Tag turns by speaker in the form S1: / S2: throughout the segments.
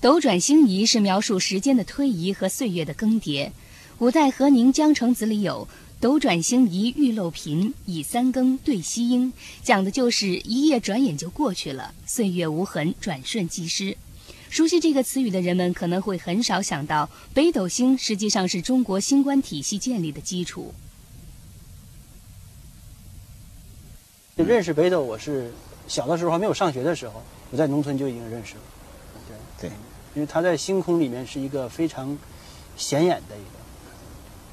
S1: 斗转星移是描述时间的推移和岁月的更迭。古代和宁江城子里有“斗转星移玉漏频，以三更对西英”，讲的就是一夜转眼就过去了，岁月无痕，转瞬即逝。熟悉这个词语的人们可能会很少想到，北斗星实际上是中国星官体系建立的基础。
S2: 就认识北斗，我是小的时候还没有上学的时候，我在农村就已经认识了。
S3: 对，
S2: 因为它在星空里面是一个非常显眼的一个。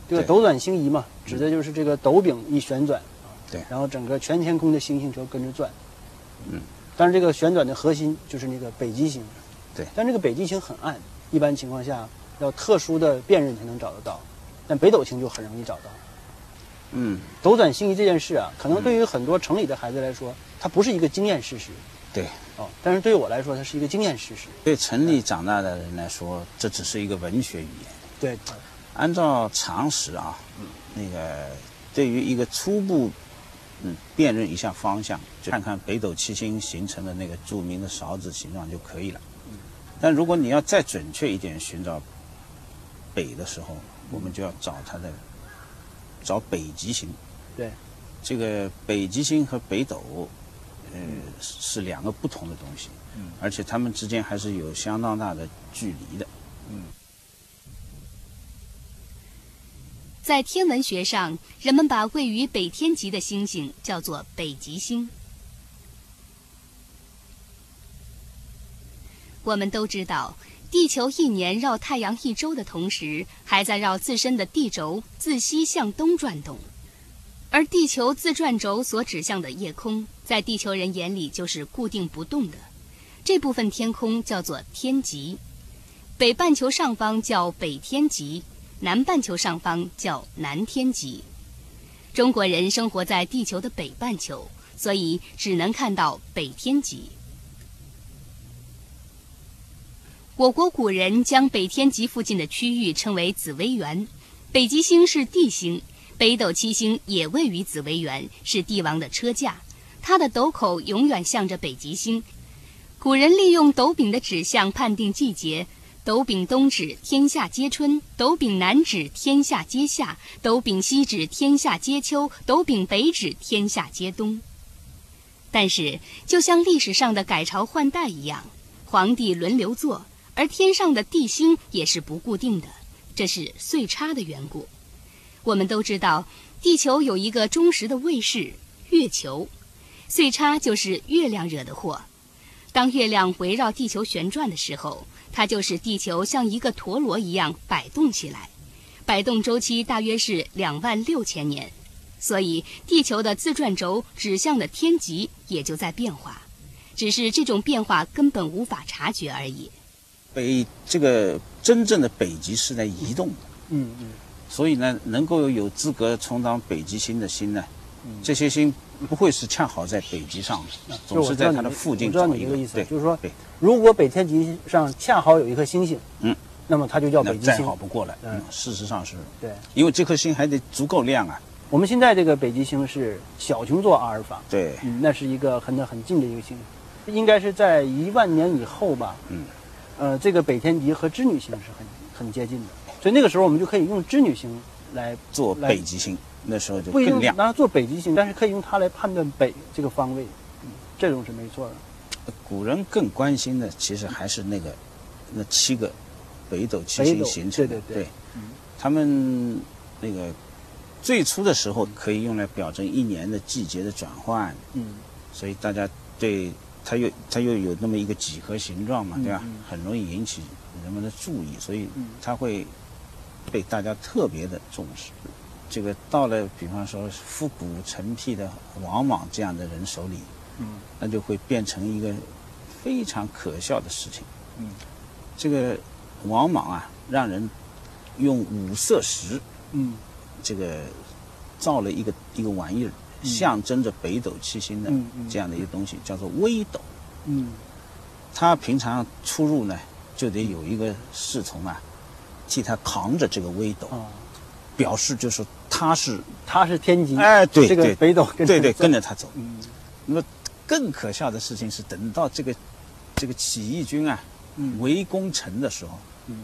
S2: 这个
S3: 对
S2: 斗转星移嘛，指的就是这个斗柄一旋转，啊
S3: 对
S2: 然后整个全天空的星星就跟着转。
S3: 嗯，
S2: 但是这个旋转的核心就是那个北极星。
S3: 对
S2: 但这个北极星很暗，一般情况下要特殊的辨认才能找得到，但北斗星就很容易找到。
S3: 嗯，
S2: 斗转星移这件事啊，可能对于很多城里的孩子来说，它不是一个经验事实
S3: 对，
S2: 哦，但是对于我来说，它是一个经验事实。
S3: 对城里长大的人来说，这只是一个文学语言。
S2: 对，
S3: 按照常识啊，那个对于一个初步嗯辨认一下方向，就看看北斗七星形成的那个著名的勺子形状就可以了。但如果你要再准确一点寻找北的时候，我们就要找它的找北极星。
S2: 对，
S3: 这个北极星和北斗，呃，是是两个不同的东西，而且它们之间还是有相当大的距离的。
S1: 在天文学上，人们把位于北天极的星星叫做北极星。我们都知道，地球一年绕太阳一周的同时，还在绕自身的地轴自西向东转动。而地球自转轴所指向的夜空，在地球人眼里就是固定不动的，这部分天空叫做天极。北半球上方叫北天极，南半球上方叫南天极。中国人生活在地球的北半球，所以只能看到北天极。我国古人将北天极附近的区域称为紫微垣，北极星是地星，北斗七星也位于紫微垣，是帝王的车架，它的斗口永远向着北极星。古人利用斗柄的指向判定季节，斗柄东指天下皆春，斗柄南指天下皆夏，斗柄西指天下皆秋，斗柄北指天下皆冬。但是，就像历史上的改朝换代一样，皇帝轮流坐，而天上的地星也是不固定的，这是岁差的缘故。我们都知道，地球有一个忠实的卫士——月球，岁差就是月亮惹的祸。当月亮围绕地球旋转的时候，它就使地球像一个陀螺一样摆动起来。摆动周期大约是两万六千年，所以地球的自转轴指向的天极也就在变化，只是这种变化根本无法察觉而已。
S3: 北这个真正的北极是在移动的，
S2: 嗯嗯，
S3: 所以呢，能够有资格充当北极星的星呢，这些星不会是恰好在北极上的，
S2: 嗯
S3: 总
S2: 就是我知
S3: 在
S2: 道
S3: 它
S2: 你
S3: 的附
S2: 我
S3: 近
S2: 知道
S3: 找
S2: 你
S3: 一
S2: 这
S3: 个
S2: 个意思
S3: 对，，
S2: 就是说
S3: 对，
S2: 如果北天极上恰好有一颗星星，
S3: 嗯，
S2: 那么它就叫
S3: 那
S2: 北极
S3: 再
S2: 星
S3: 好。不过了。
S2: 嗯
S3: 嗯，事实上是
S2: 对，
S3: 因为这颗星还得足够亮啊。
S2: 我们现在这个北极星是小熊座阿尔法，
S3: 对，
S2: 嗯，那是一个很很近的一个星，应该是在一万年以后吧。
S3: 嗯，
S2: 呃，这个北天极和织女星是很很接近的，所以那个时候我们就可以用织女星来
S3: 做
S2: 来
S3: 北极星那时候就
S2: 不一定
S3: 更亮。
S2: 拿它做北极星，但是可以用它来判断北这个方位，嗯，这种是没错的。
S3: 古人更关心的其实还是那个那七个北斗七
S2: 北
S3: 星
S2: 斗
S3: 形成的，
S2: 对对对嗯
S3: 他们那个最初的时候可以用来表征一年的季节的转换，
S2: 嗯，
S3: 所以大家对它又它又有那么一个几何形状
S2: 嗯
S3: 嘛，对吧？很容易引起人们的注意，所以它会被大家特别的重视。这个到了，比方说复古成癖的王莽这样的人手里，
S2: 嗯，
S3: 那就会变成一个非常可笑的事情。
S2: 嗯，
S3: 这个王莽啊，让人用五色石，
S2: 嗯
S3: 这个造了一个一个玩意儿，象征着北斗七星的
S2: 嗯嗯
S3: 这样的一个东西，叫做微斗。
S2: 嗯
S3: 他平常出入呢，就得有一个侍从啊，替他扛着这个微斗，
S2: 啊，
S3: 表示就是他是
S2: 它是天极，
S3: 哎，对
S2: 这个
S3: 对，
S2: 北斗跟
S3: 对对
S2: 着走
S3: 跟着他走。
S2: 嗯
S3: 那么更可笑的事情是，等到这个这个起义军啊，
S2: 嗯
S3: 围攻城的时候，
S2: 嗯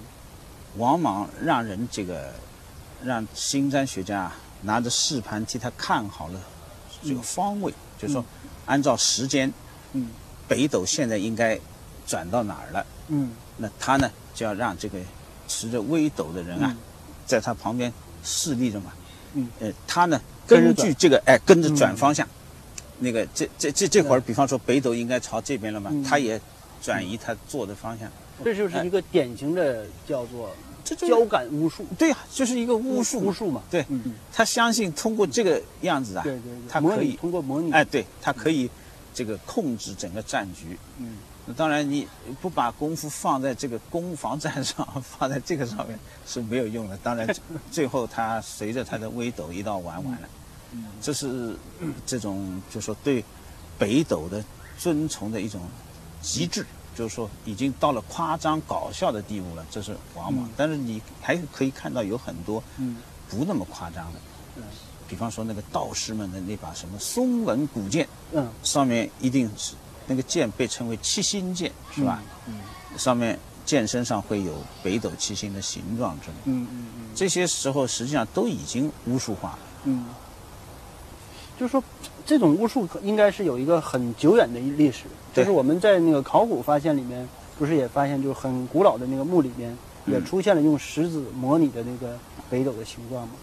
S3: 往往让人这个让新占学家啊拿着试盘替他看好了这个方位，就是说按照时间，
S2: 嗯
S3: 北斗现在应该转到哪儿了，
S2: 嗯
S3: 那他呢就要让这个持着微斗的人啊，
S2: 嗯
S3: 在他旁边示例着嘛，
S2: 嗯，
S3: 呃，他呢
S2: 跟着
S3: 根
S2: 转
S3: 据这个哎跟着转
S2: 嗯
S3: 方向，那个这这这这会儿，比方说北斗应该朝这边了嘛，
S2: 嗯
S3: 他也转移他坐的方向，
S2: 这就是一个典型的叫做
S3: 哎这就是
S2: 交感巫术，
S3: 对呀、就是一个巫术嘛
S2: 巫术嘛，
S3: 对
S2: 嗯，
S3: 他相信通过这个样子啊，
S2: 对对对，
S3: 他
S2: 模
S3: 可
S2: 拟
S3: 以，
S2: 通过模拟，
S3: 哎，，对他可以这个控制整个战局。
S2: 嗯，
S3: 那当然，你不把功夫放在这个攻防战上， 放在这个上面是没有用的。当 然，最后他随着他的微斗一道玩完了，
S2: 嗯
S3: 这是这种就是说对北斗的尊崇的一种极致，就是说已经到了夸张搞笑的地步了。这是往往，
S2: 嗯
S3: 但是你还可以看到有很多
S2: 嗯
S3: 不那么夸张的
S2: 嗯，
S3: 比方说那个道士们的那把什么松纹古剑，
S2: 嗯，
S3: 上面一定是那个剑被称为七星剑，是吧？
S2: 嗯？
S3: 上面剑身上会有北斗七星的形状之类的。
S2: 嗯嗯嗯
S3: 这些时候实际上都已经巫术化了。
S2: 嗯，就是说这种巫术可应该是有一个很久远的历史，就
S3: 对
S2: 是我们在那个考古发现里面，不是也发现就是很古老的那个墓里面
S3: 嗯
S2: 也出现了用石子模拟的那个北斗的形状嘛？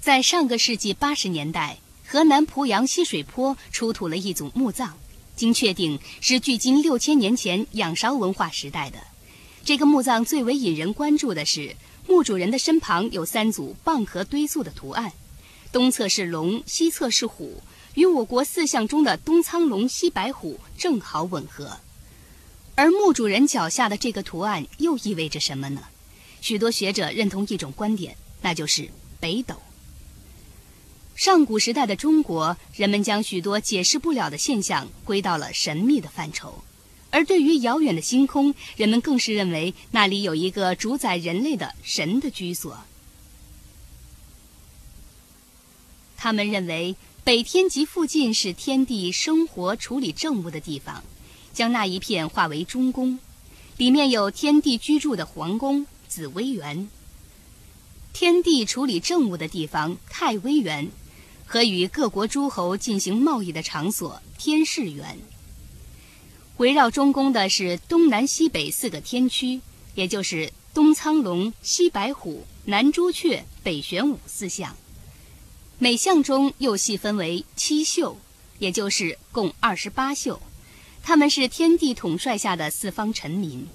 S1: 在上个世纪八十年代，河南濮阳西水坡出土了一组墓葬，经确定是距今六千年前仰韶文化时代的。这个墓葬最为引人关注的是，墓主人的身旁有三组蚌壳堆塑的图案，东侧是龙，西侧是虎，与我国四象中的东苍龙、西白虎正好吻合。而墓主人脚下的这个图案又意味着什么呢？许多学者认同一种观点，那就是北斗。上古时代的中国，人们将许多解释不了的现象归到了神秘的范畴，而对于遥远的星空，人们更是认为那里有一个主宰人类的神的居所。他们认为北天极附近是天地生活、处理政务的地方，将那一片划为中宫，里面有天地居住的皇宫紫薇园。天地处理政务的地方太微园，和与各国诸侯进行贸易的场所天士园。围绕中宫的是东南西北四个天区，也就是东苍龙、西白虎、南朱雀、北玄武四象。每象中又细分为七宿，也就是共二十八宿，他们是天地统帅下的四方臣民。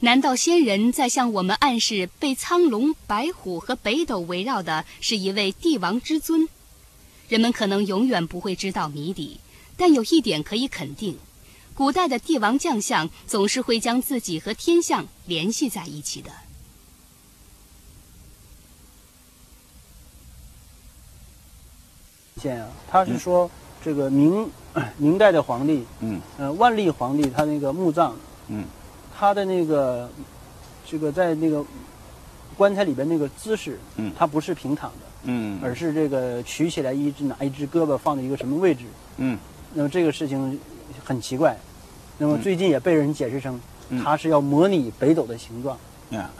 S1: 难道仙人在向我们暗示，被苍龙、白虎和北斗围绕的是一位帝王之尊？人们可能永远不会知道谜底，但有一点可以肯定：古代的帝王将相总是会将自己和天象联系在一起的。
S2: 现
S3: 嗯
S2: 啊，他是说这个明 明代的皇帝，
S3: 嗯
S2: 呃，万历皇帝他那个墓葬，
S3: 嗯，
S2: 他的那个这个在那个棺材里边那个姿势，
S3: 嗯
S2: 它不是平躺的，
S3: 嗯
S2: 而是这个曲起来一只哪一只胳膊放在一个什么位置，
S3: 嗯
S2: 那么这个事情很奇怪，那么
S3: 嗯
S2: 最近也被人解释成，
S3: 嗯
S2: 它是要模拟北斗的形状，
S3: 啊，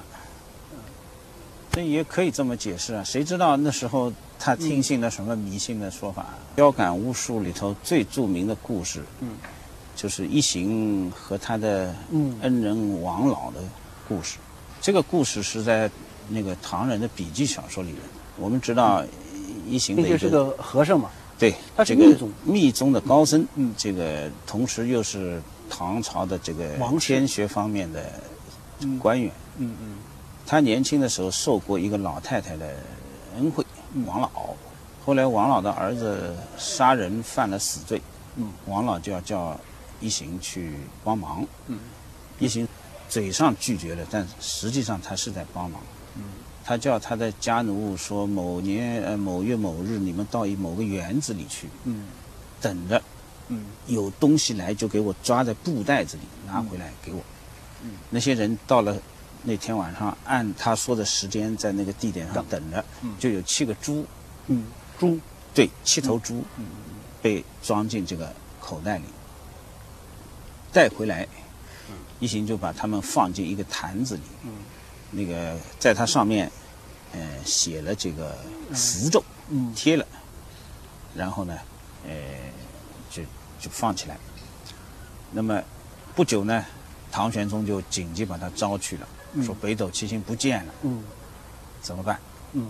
S3: 这也可以这么解释啊。谁知道那时候他听信了什么迷信的说法啊？标杆巫术里头最著名的故事，
S2: 嗯，
S3: 就是一行和他的
S2: 嗯
S3: 恩人王老的故事。这个故事是在那个唐人的笔记小说里面。我们知道一行
S2: 那
S3: 的一
S2: 就
S3: 个
S2: 是个和尚嘛，
S3: 对，
S2: 他是
S3: 这个
S2: 密宗
S3: 密宗的高僧，
S2: 嗯
S3: 这个同时又是唐朝的这个
S2: 王室
S3: 天学方面的
S2: 嗯
S3: 官员。
S2: 嗯嗯
S3: 他年轻的时候受过一个老太太的恩惠，王老。后来王老的儿子杀人犯了死罪，
S2: 嗯
S3: 王老就要叫一行去帮忙。
S2: 嗯
S3: 一行嘴上拒绝了，但实际上他是在帮忙。
S2: 嗯
S3: 他叫他的家奴说，某年呃某月某日，你们到一某个园子里去，
S2: 嗯
S3: 等着
S2: 嗯
S3: 有东西来就给我抓在布袋子里拿回来给我。那些人到了那天晚上，按他说的时间在那个地点上等着，就有七个猪，
S2: 嗯嗯，猪，
S3: 对，七头猪，被装进这个口袋里，带回来，一行就把它们放进一个坛子里，
S2: 嗯
S3: 那个在它上面，呃，写了这个符咒，
S2: 嗯
S3: 贴了，然后呢，呃，就就放起来。那么不久呢，唐玄宗就紧急把他招去了，说北斗七星不见了，
S2: 嗯
S3: 怎么办？
S2: 嗯，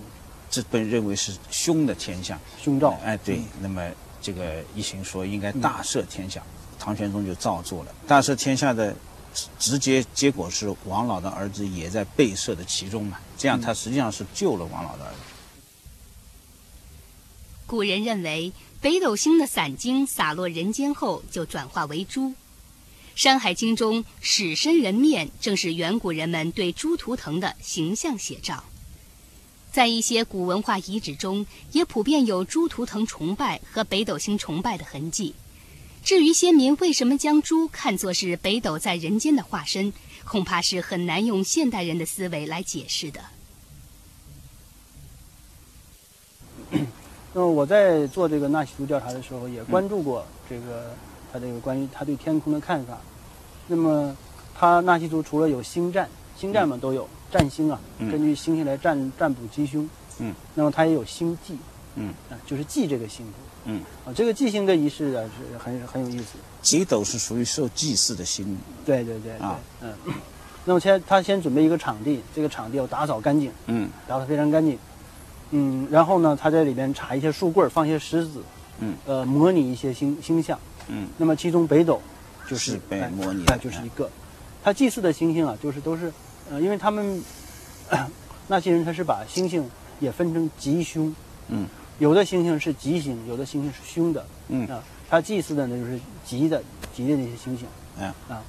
S3: 这被认为是凶的天象，
S2: 胸罩，
S3: 哎，对，那么这个一行说应该大赦天下，唐玄宗就照做了。大赦天下的直直接结果是王老的儿子也在被赦的其中嘛，这样他实际上是救了王老的儿子。
S1: 古人认为，北斗星的散晶洒落人间后就转化为珠。《山海经》中“始身人面”正是远古人们对猪图腾的形象写照。在一些古文化遗址中，也普遍有猪图腾崇拜和北斗星崇拜的痕迹。至于先民为什么将猪看作是北斗在人间的化身，恐怕是很难用现代人的思维来解释的。
S2: 那么我在做这个纳西族调查的时候，也关注过这个他这个关于他对天空的看法。那么，他纳西族除了有星战，星战嘛都有占星啊，
S3: 嗯
S2: 根据星星来占占卜吉凶。
S3: 嗯，
S2: 那么他也有星祭，
S3: 嗯
S2: 啊，就是祭这个星族
S3: 嗯，
S2: 啊，这个祭星的仪式啊是很很有意思。
S3: 北斗是属于受祭祀的星，
S2: 对对对对
S3: 啊，
S2: 嗯。 那么先他先准备一个场地，这个场地要打扫干净，
S3: 嗯
S2: 打扫非常干净。嗯，然后呢，他在里边插一些树棍儿，放一些石子，
S3: 嗯，
S2: 呃，模拟一些星星象。
S3: 嗯
S2: 那么其中北斗就是
S3: 被
S2: 哎
S3: 模拟的嗯
S2: 哎，就是一个。他祭祀的星星啊，就是都是，呃，因为他们 那些人他是把星星也分成吉凶，
S3: 嗯
S2: 有的星星是吉星，有的星星是凶的。
S3: 嗯
S2: 啊，他祭祀的呢就是吉的吉的那些星星。
S3: 嗯
S2: 啊，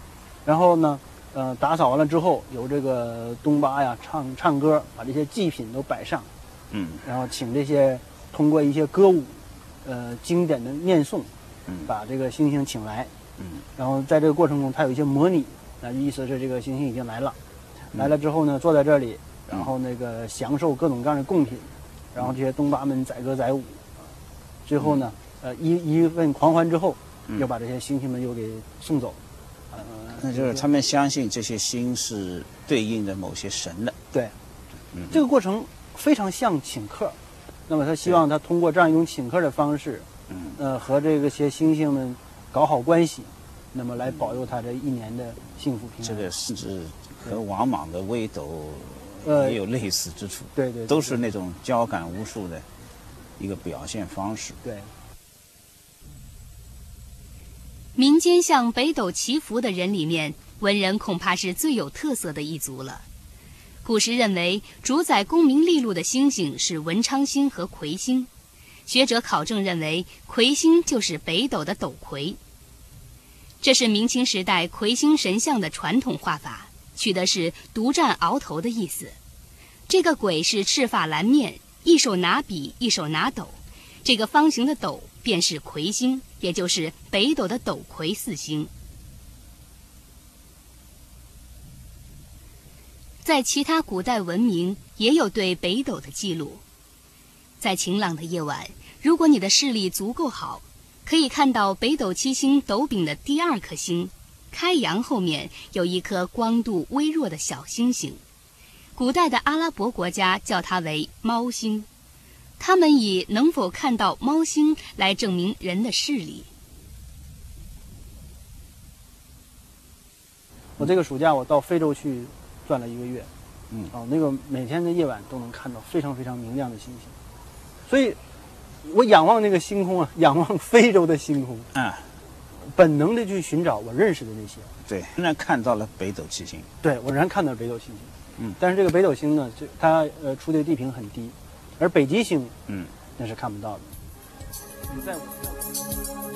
S2: 然后呢，呃，打扫完了之后，由这个东巴呀唱唱歌，把这些祭品都摆上，
S3: 嗯
S2: 然后请这些通过一些歌舞，呃，经典的念诵，
S3: 嗯
S2: 把这个星星请来。
S3: 嗯
S2: 然后在这个过程中，它有一些模拟，那意思是这个星星已经来了，
S3: 嗯
S2: 来了之后呢，坐在这里，然后那个享受各种各样的贡品，然后这些东巴们载歌载舞，最后呢，
S3: 嗯
S2: 呃，一一问狂欢之后，又把这些星星们又给送走，呃，
S3: 那就是他们相信这些星是对应的某些神的。
S2: 对，这个过程非常像请客，那么他希望他通过这样一种请客的方式，
S3: 嗯
S2: 呃，和这个些星星们搞好关系，那么来保佑他这一年的幸福平安。
S3: 这个甚至和王莽的微斗
S2: 呃
S3: 也有类似之处，
S2: 对对对
S3: 都是那种交感巫术的一个表现方式。
S2: 对。
S1: 民间向北斗祈福的人里面，文人恐怕是最有特色的一族了。古时认为，主宰功名利禄的星星是文昌星和魁星。学者考证认为，魁星就是北斗的斗魁。这是明清时代魁星神像的传统画法，取的是独占鳌头的意思。这个鬼是赤发蓝面，一手拿笔，一手拿斗，这个方形的斗便是魁星，也就是北斗的斗魁四星。在其他古代文明也有对北斗的记录。在晴朗的夜晚，如果你的视力足够好，可以看到北斗七星斗柄的第二颗星开阳后面有一颗光度微弱的小星星。古代的阿拉伯国家叫它为猫星。他们以能否看到猫星来证明人的视力。
S2: 我这个暑假我到非洲去转了一个月，
S3: 嗯
S2: 哦，那个每天的夜晚都能看到非常非常明亮的星星，所以，我仰望那个星空啊，仰望非洲的星空，
S3: 啊，
S2: 本能的去寻找我认识的那些，
S3: 对，仍然看到了北斗七星。
S2: 对我仍然看到北斗星星，
S3: 嗯
S2: 但是这个北斗星呢，就它呃出的地平很低，而北极星
S3: 嗯，
S2: 那是看不到的。你在我